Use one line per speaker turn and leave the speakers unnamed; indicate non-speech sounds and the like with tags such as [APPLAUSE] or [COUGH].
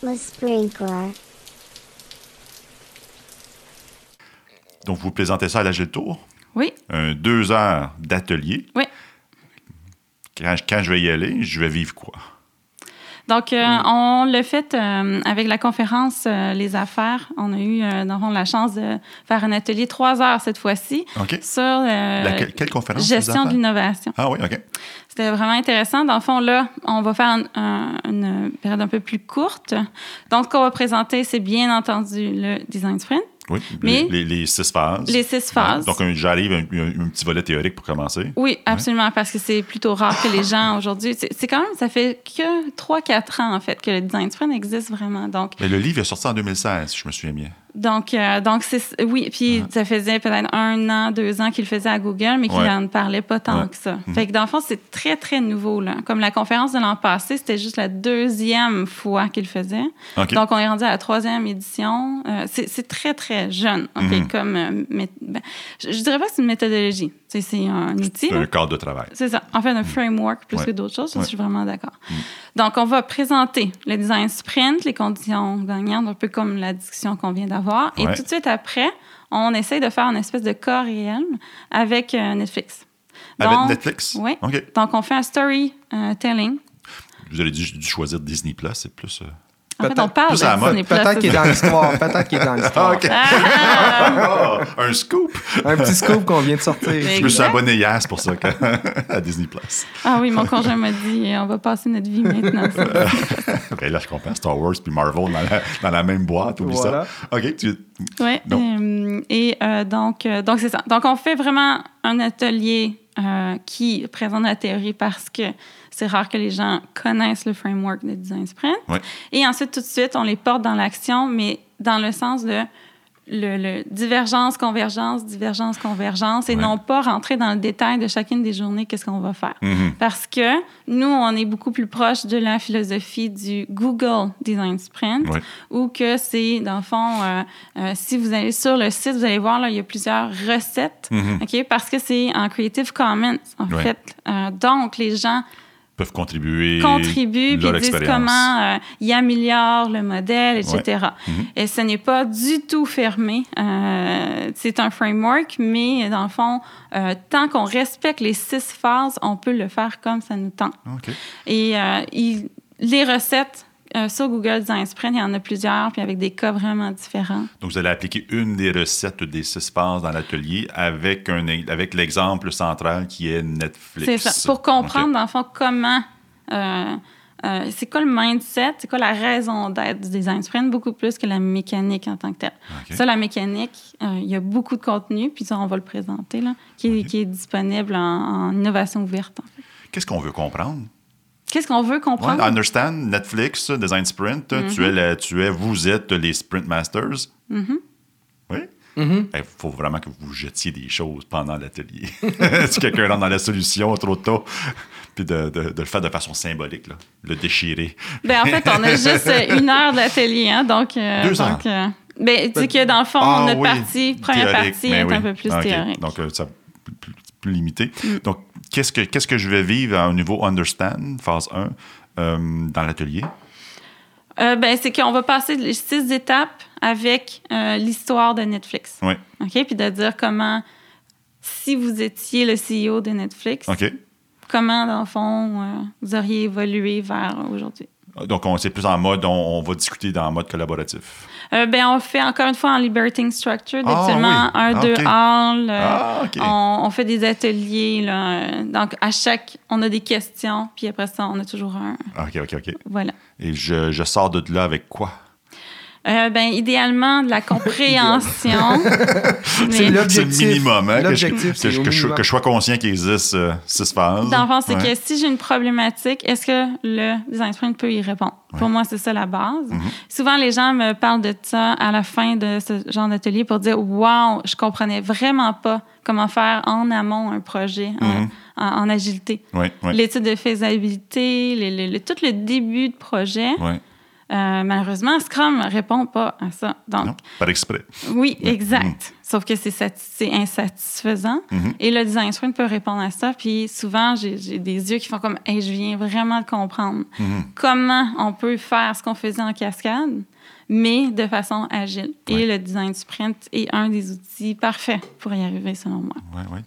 Tesla sprinkler.
Donc, vous présentez ça à la Gilles Tour.
Oui,
Un deux heures d'atelier.
oui.
Quand, je- quand je vais y aller, je vais vivre quoi?
Donc, euh,
Mm.
on l'a fait euh, avec la conférence euh, Les Affaires. On a eu, euh, dans le fond, la chance de faire un atelier trois heures cette fois-ci
OK.
sur euh,
Laquelle- quelle conférence? les
gestion
enfants?
de l'innovation.
Ah oui, OK.
C'était vraiment intéressant. Dans le fond, là, on va faire un- un- une période un peu plus courte. Donc, ce qu'on va présenter, c'est bien entendu le design sprint,
Oui,
Mais-
les, les- les six phases.
les six phases.
Ah, Donc, un- j'arrive à un, un- un petit volet théorique pour commencer.
Oui, absolument, parce que c'est plutôt rare que les gens aujourd'hui. C'est c'est quand même, ça fait que 3-4 ans, en fait, que le design sprint existe vraiment. Donc,
Mais le livre est sorti en 2016, si je me souviens bien.
donc, euh, donc c'est, oui, puis ça faisait peut-être un an, deux ans qu'il le faisait à Google, mais qu'il
Ouais.
n'en parlait pas tant
Ouais. Hmm.
que ça. Fait que dans le fond, c'est très, très nouveau. Là. Comme la conférence de l'an passé, c'était juste la deuxième fois qu'il le faisait.
OK.
Donc, on est rendu à la troisième édition. Euh, c'est c'est très, très jeune. OK,
Mhm.
comme, euh, mé- ben, je, je dirais pas que c'est une méthodologie. Tu sais, C'est un outil.
c'est
là.
un cadre de travail.
C'est ça. En fait, un framework plus
Ouais.
que d'autres choses, ça,
Ouais. Mm.
je suis vraiment d'accord. Donc, on va présenter le design sprint, les conditions gagnantes, un peu comme la discussion qu'on vient d'avoir.
Ouais.
Et tout de suite après, on essaye de faire une espèce de corps réel avec euh, Netflix.
Avec
Donc-
Netflix?
Oui.
OK.
Donc, on fait un euh, storytelling.
Vous avez dû, dû choisir Disney Plus, c'est plus. euh,
En fait,
Peut-être-
on parle
Plus à la
de
mode.
Disney+.
Peut-être qu'il est dans l'histoire. Peut-être qu'il est dans l'histoire.
Ah, OK.
Ah!
Ah, [LAUGHS] un scoop!
Un petit scoop qu'on vient de sortir.
Mais-
Je me suis
Exact.
abonné hier, c'est pour ça, que- [LAUGHS] à Disney Plus.
Ah oui, mon conjoint m'a dit, euh, on va passer notre vie maintenant. ça.
Ben là, je comprends Star Wars puis Marvel dans la, dans la même boîte, oublie
Voilà.
ça. OK, tu-
Ouais, euh, et euh, donc, euh, donc c'est ça. Donc, on fait vraiment un atelier euh, qui présente la théorie parce que c'est rare que les gens connaissent le framework de design sprint.
Ouais.
Et ensuite, tout de suite, on les porte dans l'action, mais dans le sens de le, le divergence, convergence, divergence, convergence, et
Ouais.
non pas rentrer dans le détail de chacune des journées, qu'est-ce qu'on va faire.
Mhm.
Parce que nous, on est beaucoup plus proche de la philosophie du Google Design Sprint,
Ouais.
ou que c'est, dans le fond, euh, euh, si vous allez sur le site, vous allez voir, là, il y a plusieurs recettes,
Mhm.
OK? Parce que c'est en Creative Commons, en
Ouais.
fait. Euh, donc, les gens
peuvent contribuer.
contribuent puis
leur
disent
expérience.
comment euh, ils améliorent le modèle, etc.
Mhm.
Et ce n'est pas du tout fermé. Euh, c'est un framework, mais dans le fond, euh, tant qu'on respecte les six phases, on peut le faire comme ça nous tente.
OK.
Et euh, il- les recettes euh, sur Google Design Sprint, il y en a plusieurs, puis avec des cas vraiment différents.
Donc, vous allez appliquer une des recettes des six passes dans l'atelier avec, un, avec l'exemple central qui est Netflix.
C'est ça. Pour comprendre, dans le fond, comment. euh, euh, c'est quoi le mindset, c'est quoi la raison d'être du design sprint, beaucoup plus que la mécanique en tant que telle.
OK.
Ça, la mécanique, euh, il y a beaucoup de contenu, puis ça, on va le présenter, là, qui, est-
OK.
qui est disponible en, en innovation ouverte. en fait.
OK. Qu'est-ce qu'on veut comprendre?
Qu'est-ce qu'on veut
Ouais,
comprendre? Mm-hmm.
understand, Netflix, Design Sprint, tu, es la- tu es, vous êtes les Sprint Masters.
Mm-hmm.
Oui? Il faut vraiment que vous jetiez des choses pendant l'atelier. [LAUGHS] si quelqu'un rentre dans la solution trop tôt, puis de, de- de le faire de façon symbolique, là. le déchirer.
Ben, en fait,
[LAUGHS]
on a juste euh, une heure d'atelier, hein, donc... euh,
Deux
donc, euh, ben, tu sais que dans le fond,
Ah
notre
oui,
partie, première
théorique,
partie,
mais
est
oui.
un peu plus
Ah, ok.
théorique. Mm.
Donc, euh, ça plus, plus limité. Donc, qu'est-ce que, qu'est-ce que je vais vivre au niveau Understand, phase 1, euh, dans l'atelier?
Euh, ben, c'est qu'on va passer les six étapes avec euh, l'histoire de Netflix.
Oui.
OK? Puis de dire comment, si vous étiez le CEO de Netflix,
OK.
comment, dans le fond, euh, vous auriez évolué vers aujourd'hui.
Donc, on, c'est plus en mode, on, on va discuter dans mode collaboratif.
Euh, ben, on fait encore une fois en Liberating Structure,
Ah,
habituellement,
oui.
un,
Ah,
deux,
OK.
halls. euh,
Ah, OK.
on, on fait des ateliers. là, euh, donc, à chaque, on a des questions, puis après ça, on a toujours un.
Ah, OK, OK, OK.
Voilà.
Et je, je sors de là avec quoi?
Euh, ben, idéalement,
[LAUGHS]
de la compréhension.
C'est
Mais-
le- L'objectif.
C'est le minimum. hein, que je-
L'objectif,
que,
c'est
je,
au
que, je,
minimum.
que je sois conscient qu'il existe euh, six phases.
Dans le fond, c'est
Ouais.
que si j'ai une problématique, est-ce que le design sprint peut y répondre? Pour moi, c'est ça la base.
Mm-hmm.
Souvent, les gens me parlent de ça à la fin de ce genre d'atelier pour dire Wow, je comprenais vraiment pas comment faire en amont un projet en- en, en agilité.
Mm-hmm. Ouais, ouais,
L'étude de faisabilité, le- le- le- tout le début de projet.
ouais.
Euh, malheureusement, Scrum ne répond pas à ça. Donc,
Non, par exprès.
oui, exact. Sauf que c'est sati- c'est insatisfaisant. Et le design sprint peut répondre à ça. Puis souvent, j'ai j'ai des yeux qui font comme Hey, je viens vraiment de comprendre comment on peut faire ce qu'on faisait en cascade, mais de façon agile. Et le design sprint est un des outils parfaits pour y arriver, selon moi.
Ouais, ouais.